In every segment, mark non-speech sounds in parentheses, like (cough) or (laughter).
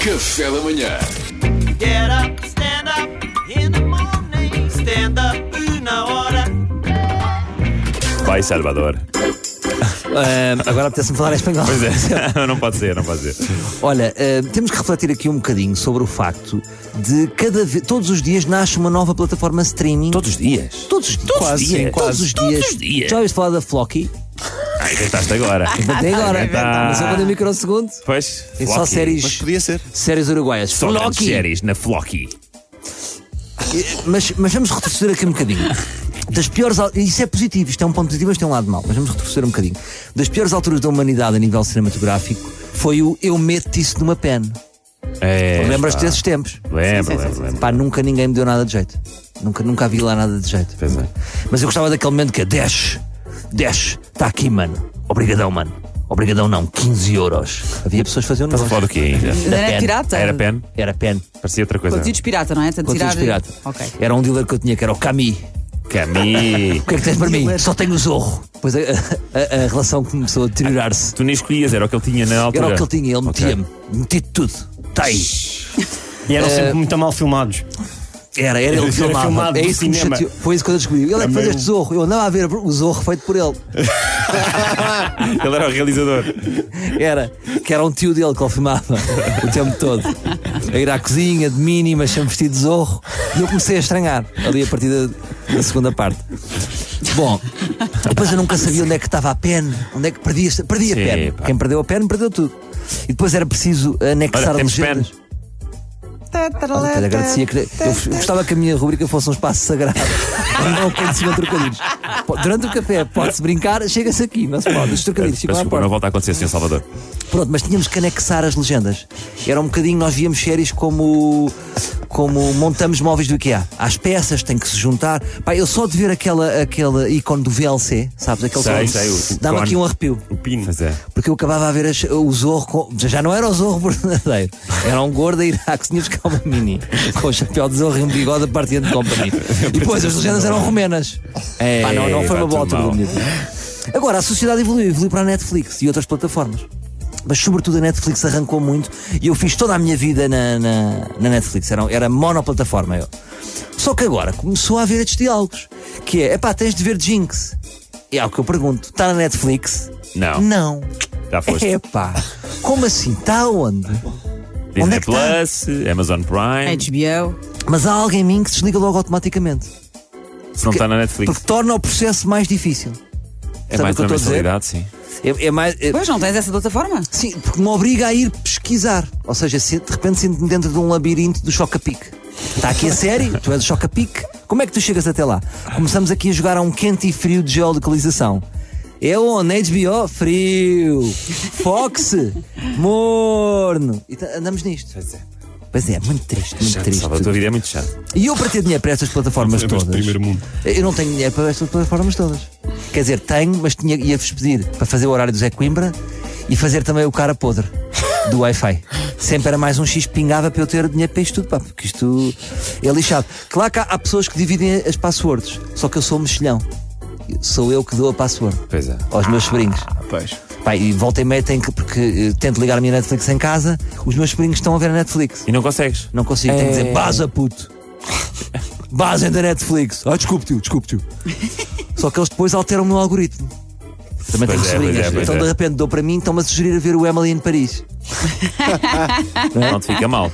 Café da manhã. Get up, stand up in the morning. Stand up na hora. Vai, Salvador. Ahm, agora apetece-me falar em espanhol. Pois é, (laughs) não pode ser, não pode ser. Olha, ahm, temos que refletir aqui um bocadinho sobre o facto de cada vez, todos os dias nasce uma nova plataforma streaming. Todos os dias. Todos os dias. Todos os quase, dias. sim, Todos os Todos dias. os dias. Já ouviste falar da Flocky? Ah, inventaste (laughs) agora. Até agora. Tá. Mas só para um microsegundo. Pois, Tem É só Flocky. séries, Podia ser. séries uruguaias. Só grandes Flocky. séries na Flocky. Mas, mas vamos retroceder aqui um bocadinho. Das piores. al- Isso é positivo, isto é um ponto positivo, mas tem um lado mau. Mas vamos retroceder um bocadinho. Das piores alturas da humanidade a nível cinematográfico foi o Eu Meto Isso numa Pen. É, Lembras-te desses tempos? Lembro, lembro, lembro. Pá, é. nunca ninguém me deu nada de jeito. Nunca, nunca havia lá nada de jeito. Pois é. Mas eu gostava daquele momento que é 10, 10, está aqui, mano. Obrigadão, mano. Obrigadão, não. 15 euros. Havia pessoas que faziam Estás a negócio. falar do quê ainda? Da Era pen. pirata? Era pen? Era pen. Parecia outra coisa. Conteúdos pirata, não é? Portanto, Conteúdos tirar- pirata. Ok. Era um dealer que eu tinha, que era o Cami. Cami. O que é que tens para mim? Só tenho o zorro. Pois é, a, a- a- a relação começou a deteriorar-se. Tu nem escolhias, era o que ele tinha na altura. Era o que ele tinha, ele Ah, Ok. metia-me. Metia tudo. Tá (laughs) aí. E eram sempre muito mal filmados. Era, era ele Era que filmava. filmado É no isso que me cinema. chateou. Foi isso que eu descobri. Ele é que fez este zorro. Eu andava a ver o zorro feito por ele. Ele era o realizador. (laughs) Era, que era um tio dele que ele filmava o tempo todo. A ir à cozinha de mini, mas sempre vestido de zorro. E eu comecei a estranhar ali a partir da, da segunda parte. Bom, depois eu nunca sabia onde é que estava a pen, onde é que perdi, esta- perdi a Sim, pen. pá. Quem perdeu a pen, perdeu tudo. E depois era preciso anexar Olha, temos legendas. pen. Olha, até lhe agradecia que eu f- gostava que a minha rubrica fosse um (laughs) espaço sagrado onde não aconteciam trocadilhos. Po- Durante o café pode-se brincar, chega-se aqui, não se pode. Os trocadilhos Peço ficam à desculpa, não porta. volta a acontecer, Sr. Salvador. Pronto, mas tínhamos que anexar as legendas. Era um bocadinho, nós víamos séries como como montamos móveis do IKEA. Às peças tem que se juntar. Pá, eu só de ver aquela, aquela ícone do VLC, sabes? Aquele Sei, som- sei, o- o dá-me aqui cone. um arrepio. O Pino. Pois é. Porque eu acabava a ver as- o zorro com- Já não era o zorro verdadeiro Era um gordo a ir à cozinha buscar uma mini Com o chapéu de zorro e um bigode a partir de company E depois as legendas eram romenas É, Pá, não, não foi uma pá, boa tudo altura da mal. minha vida Agora, a sociedade evoluiu Evoluiu para a Netflix e outras plataformas mas sobretudo a Netflix arrancou muito e eu fiz toda a minha vida na, na, na Netflix, era, era monoplataforma eu. Só que agora começou a haver estes diálogos, que é, epá, tens de ver Jinx. E é o que eu pergunto, está na Netflix? Não. Não. É, Já foste. Epá, como assim? Está onde? Onde Disney é que tá? Plus, Amazon Prime. HBO. Mas há alguém em mim que se desliga logo automaticamente. Se não está na Netflix, Porque torna o processo mais difícil. é sabe mais o que eu uma tô a dizer? mensalidade, sim. É, é mais. é- Pois não tens essa plataforma? sim, porque me obriga a ir pesquisar. Ou seja, se- de repente sinto-me dentro de um labirinto do Choca-Pique. Está aqui a série, tu és o Choca-Pique. Como é que tu chegas até lá? Começamos aqui a jogar a um quente e frio de geolocalização. É onde? HBO? Frio. (laughs) Fox? Morno. E tá- andamos nisto. Pois é. Pois é, muito triste, muito triste. Salvador, a tua vida é muito chata. E eu para ter dinheiro para estas plataformas Lembras todas. do primeiro mundo. Eu não tenho dinheiro para estas plataformas todas. Quer dizer, tenho, mas tinha, ia-vos pedir para fazer o horário do Zé Coimbra e fazer também o cara podre do Wi-Fi. Sempre era mais um X pingava para eu ter dinheiro para isto tudo, pá, porque isto é lixado. Claro que há, há pessoas que dividem as passwords, só que eu sou o mexilhão. Sou eu que dou a password Pois é. aos meus sobrinhos. Pois. Pá, e volta e meia tenho que, porque eh, tento ligar a minha Netflix em casa, os meus sobrinhos estão a ver a Netflix. E não consegues. Não consigo, tenho É. que dizer Baza (laughs) puto Baza da Netflix Ah, desculpe tio, (laughs) desculpe tio Só que eles depois alteram o meu algoritmo Também Pois tenho é, sobrinhas pois é, pois Então de é. repente dou para mim Estão-me a sugerir a ver o Emily em Paris Não te fica mal.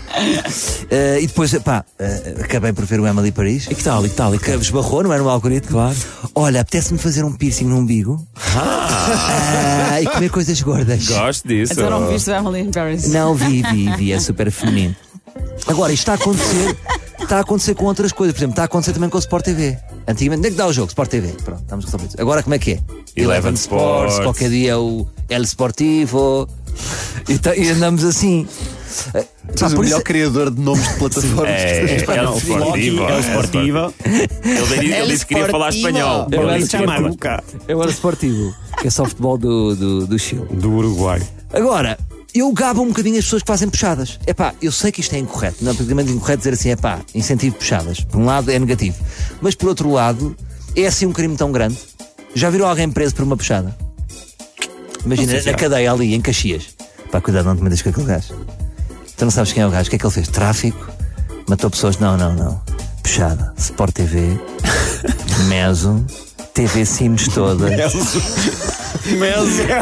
Eh, E depois, pá, eh, acabei por ver o Emily em Paris que tal, e que tal, e Que esbarrou, não era no algoritmo? Claro Olha, apetece-me fazer um piercing no umbigo (laughs) Ah, E comer (laughs) coisas gordas Gosto disso. Então não viste o Emily in Paris. Não, vi, vi, vi, é super feminino. Agora, isto está a acontecer, está a acontecer com outras coisas. Por exemplo, está a acontecer também com o Sport TV. Antigamente, onde é que dá o jogo? Sport TV. Pronto, estamos resolvidos. Agora, como é que é? Eleven Sports. qualquer dia é o El Sportivo. E, tá- e andamos assim. Eh, pá, Mas o por melhor isso- criadores criador de (laughs) nomes de plataformas. (laughs) É, Pá, é o não, Sportivo. Loki, é é o o Sportivo. Ele, disse- ele disse que queria falar espanhol. Eu Ele era disse que queria falar. Chamaruca. É o El Sportivo, que é só futebol do, do, do Chile. Do Uruguai. Agora, eu gabo um bocadinho as pessoas que fazem puxadas. Epá, eu sei que isto é incorreto, não é praticamente incorreto dizer assim, epá, incentivo puxadas. Por um lado é negativo, mas por outro lado, é assim um crime tão grande. Já viram alguém preso por uma puxada? Imagina, na cadeia ali, em Caxias. Pá, cuidado, não te metas com aquele gajo. Tu não sabes quem é o gajo. O que é que ele fez? Tráfico? Matou pessoas? Não, não, não. Puxada. (laughs) Sport TV. Meso. TV Sims todas.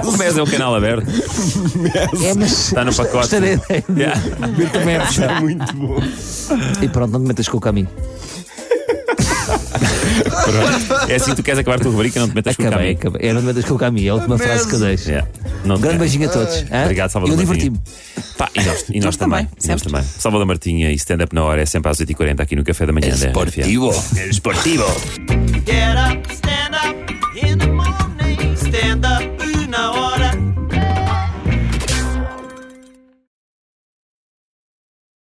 O MES é um canal aberto. É, mas. é Está Tá no pacote. Gostaria de- Yeah. de comércio. Muito bom. E pronto, não te metas com o caminho. É assim que tu queres acabar a tua rubrica, não te metas com o Acabei, caminho. acabei. É, não te metas com o caminho. É a última frase que eu deixo. Yeah. Não Um te grande metas. beijinho a todos. Hã? Obrigado, Salvador Eu Martinho. diverti-me. Pá, e nós, e nós Nós também, também. e nós sempre. também. Salvador Martinha e stand-up na hora é sempre às 8h40 aqui no Café da Manhã. da RFM. Get up, stand up in the